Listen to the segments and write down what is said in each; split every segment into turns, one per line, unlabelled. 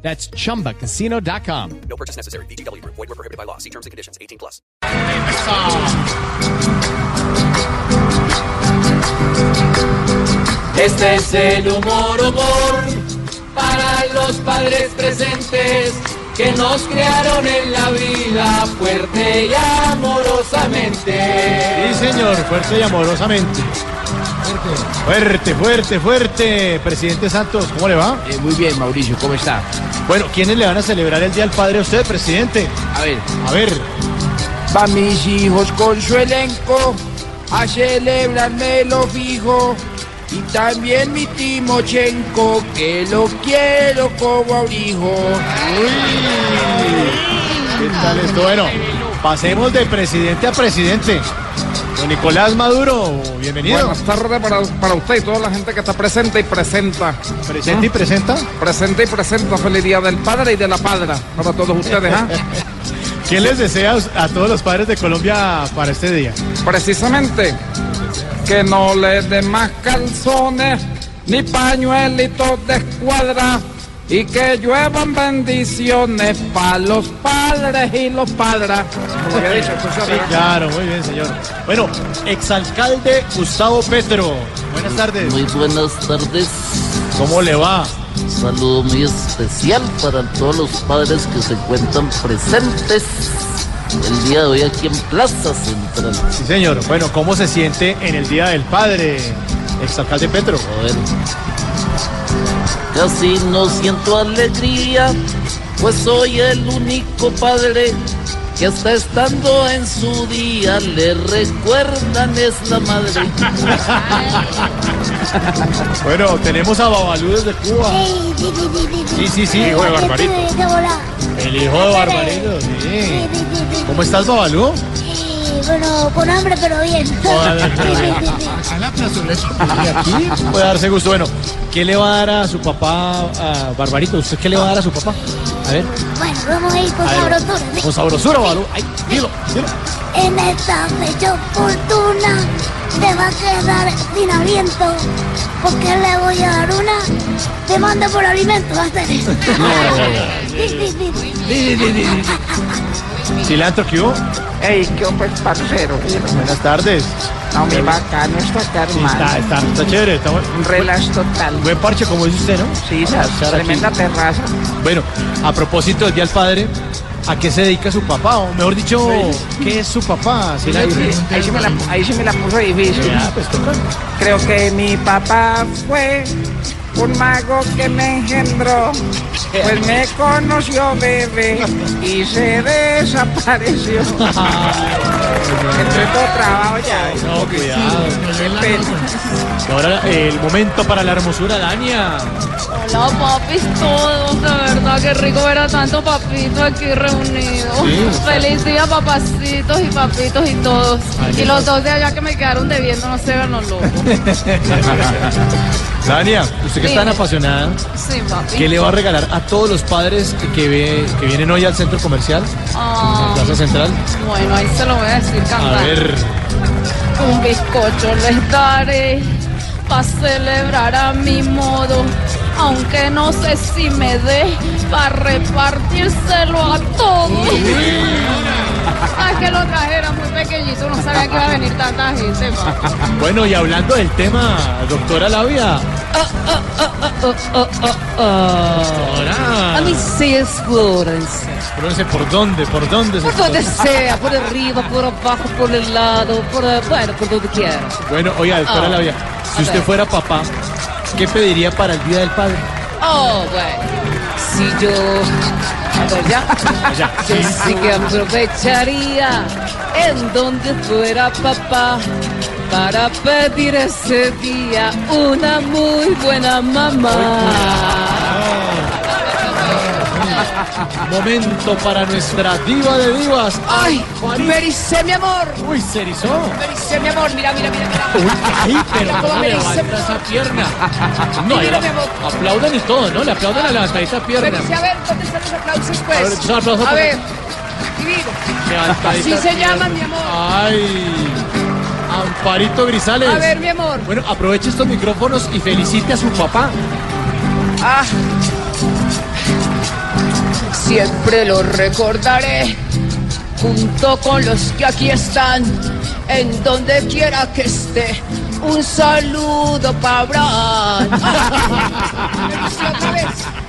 That's chumbacasino.com.
No purchase necessary. BGW. Void were prohibited by law. See terms and conditions. 18 plus.
Este es el humor, humor para los padres presentes que nos crearon en la vida fuerte y amorosamente.
Sí, señor, fuerte y amorosamente. Fuerte, fuerte, fuerte. Presidente Santos, ¿cómo le va?
Eh, muy bien, Mauricio, ¿cómo está?
Bueno, ¿quiénes le van a celebrar el Día del Padre a usted, presidente?
A ver,
A ver,
va mis hijos con su elenco a celebrarme lo fijo. Y también mi Timochenko, que lo quiero como a un hijo.
¿qué tal esto? Bueno, pasemos de presidente a presidente. Don Nicolás Maduro, bienvenido.
Buenas tardes para, para usted y toda la gente que está presente y presenta.
Presente y presenta.
Presente y presenta. Feliz Día del Padre y de la Padra para todos ustedes. ¿ah?
¿Qué les deseas a todos los padres de Colombia para este día?
Precisamente, que no le den más calzones ni pañuelitos de escuadra y que lluevan bendiciones para los padres y los padras. Como había dicho, entonces,
Sí,
¿verdad?
claro, muy bien, señor. Bueno, exalcalde Gustavo Petro, buenas tardes.
Muy buenas tardes.
¿Cómo le va?
Un saludo muy especial para todos los padres que se encuentran presentes el día de hoy aquí en Plaza Central.
Sí, señor. Bueno, ¿cómo se siente en el Día del Padre, exalcalde Petro?
A ver. Casi no siento alegría, pues soy el único padre que está estando en su día. Le recuerdan es la madre.
Bueno, tenemos a Babalú desde Cuba. Sí, sí, sí.
Hijo de Barbarito.
El hijo de Barbarito, sí. ¿Cómo estás, Babalú?
Eh, Bueno, con hambre, pero bien.
Aquí puede darse gusto. Bueno, ¿qué le va a dar a su papá, a Barbarito? ¿Usted qué le va a dar a su papá? A ver,
Bueno, vamos a ir con sabrosura. ¿sí?
con sabrosura, Babalú. Ay, dilo, dilo.
En esta fecha oportuna te va a quedar sin aliento. Porque le voy a dar una demanda por alimento. Va a ser eso. Sí, sí, sí.
Cilantro, ¿qué hubo?
Ey, qué pues parcero.
Buenas tardes.
No, mi vaca no está acá,
Sí,
hermano.
está, está, está chévere. Está buen,
Un relax total.
buen parche, como dice usted, ¿no?
Sí, esa
estar aquí.
tremenda terraza.
Bueno, a propósito del Día del Padre, ¿a qué se dedica su papá? O mejor dicho, ¿qué es su papá? Si la-
Ahí sí, me la, ahí sí me la puso difícil.
Ah, pues toca.
Creo que mi papá fue un mago que me engendró. Pues me conoció bebé y se desapareció. Estoy todo trabado ya.
No, cuidado.
pues,
Qué pena.
Y ahora eh, el momento para la hermosura, Dania.
Hola papis todos, de verdad que rico ver a tanto papito aquí reunidos. Feliz día papacitos y papitos y todos. y los dos de allá que me quedaron debiendo, no se vean los locos.
Dania, usted que es tan
Dime.
apasionada,
Sí, papi.
¿qué le va a regalar a todos los padres que, ve- que vienen hoy al centro comercial,
Ah,
Plaza Central?
bueno, ahí se lo voy a decir
A
cantar.
ver,
Un bizcocho les daré para celebrar a mi modo. Aunque no sé si me dé para repartírselo a todos. Ah, es que lo trajera muy pequeñito, no sabía que iba a venir tanta gente. pa.
bueno, y hablando del tema, doctora
Ah,
Lavia.
A ah,
Ahora,
mí sí es
espérense, ¿por dónde? ¿Por dónde?
Por donde sea, por arriba, por abajo, por el lado, por bueno, por donde quiera.
Bueno, oiga, doctora
Ah.
Lavia, si
A
usted
ver.
fuera papá, ¿qué pediría para el Día del Padre?
Oh, bueno. Si yo. A ver, ya.
Ya.
Yo Ah, sí que aprovecharía en donde fuera papá para pedir ese día una muy buena mamá.
Momento para nuestra diva de divas.
Ay,
Juanita.
me ericé, mi amor.
Uy, se erizó.
Me ericé, mi amor. Mira, mira, mira. mira.
Uy, ay,
Mira cómo
perdón,
me
levanta
hice.
esa pierna. No,
Mira,
y
mi amor.
aplauden y todo, ¿no? Le aplauden a levantar esa
Me
pierna.
ericé, a ver, ¿dónde están los aplausos,
A ver,
pues?
un aplauso
A
para-
ver, divino.
Levantadita
Así se
pierna.
llama, mi amor.
Ay, Amparito Grisales.
A ver, mi amor.
Bueno, aproveche estos micrófonos y felicite a su papá.
Ah, siempre lo recordaré, junto con los que aquí están, en donde quiera que esté. Un saludo para Abraham.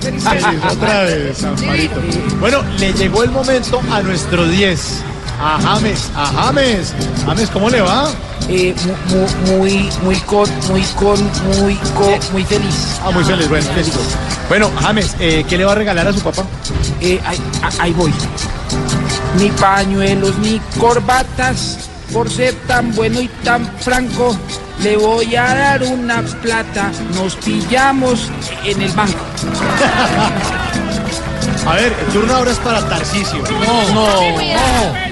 Felicidades, otra vez, felicidades.
Otra vez, Amparito. Bueno, le llegó el momento a nuestro 10. A James, a James. James, ¿cómo le va?
Eh, mu- mu- muy, muy con, muy con, muy con, muy feliz.
Ah, muy feliz, bueno, listo. Bueno, James, eh, ¿qué le va a regalar a su papá?
Eh, ahí, a- ahí voy. Ni pañuelos ni corbatas, por ser tan bueno y tan franco, le voy a dar una plata. Nos pillamos en el banco.
A ver, el turno ahora es para Tarcisio. No, no, no.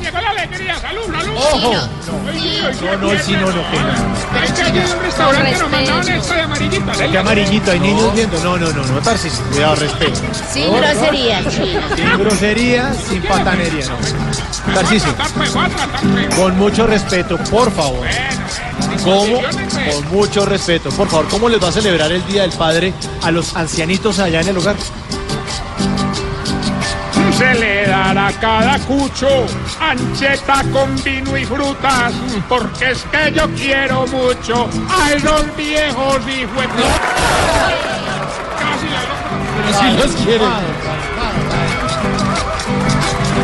Llegó la alegría, salud, salud.
Ojo.
No,
No, no, el sí, no, no, que no.
Es que allí en un restaurante nos mandaban esto de amarillita.
Qué amarillito, hay niños viendo. No, no, no, no, Tarcisio. Cuidado, respeto.
Sin grosería, chino.
Sin grosería, sin patanería, no. Tarcisio, con mucho respeto, por favor. ¿Cómo? Con mucho respeto. Por favor, ¿cómo les va a celebrar el Día del Padre a los ancianitos allá en el hogar?
Se le dará cada cucho ancheta con vino y frutas, porque es que yo quiero mucho a los viejos y huevos. Casi la loca.
Si los quieren.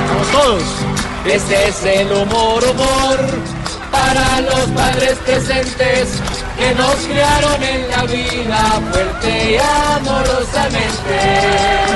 Como todos.
Este es el humor, humor para los padres presentes que nos criaron en la vida fuerte y amorosamente.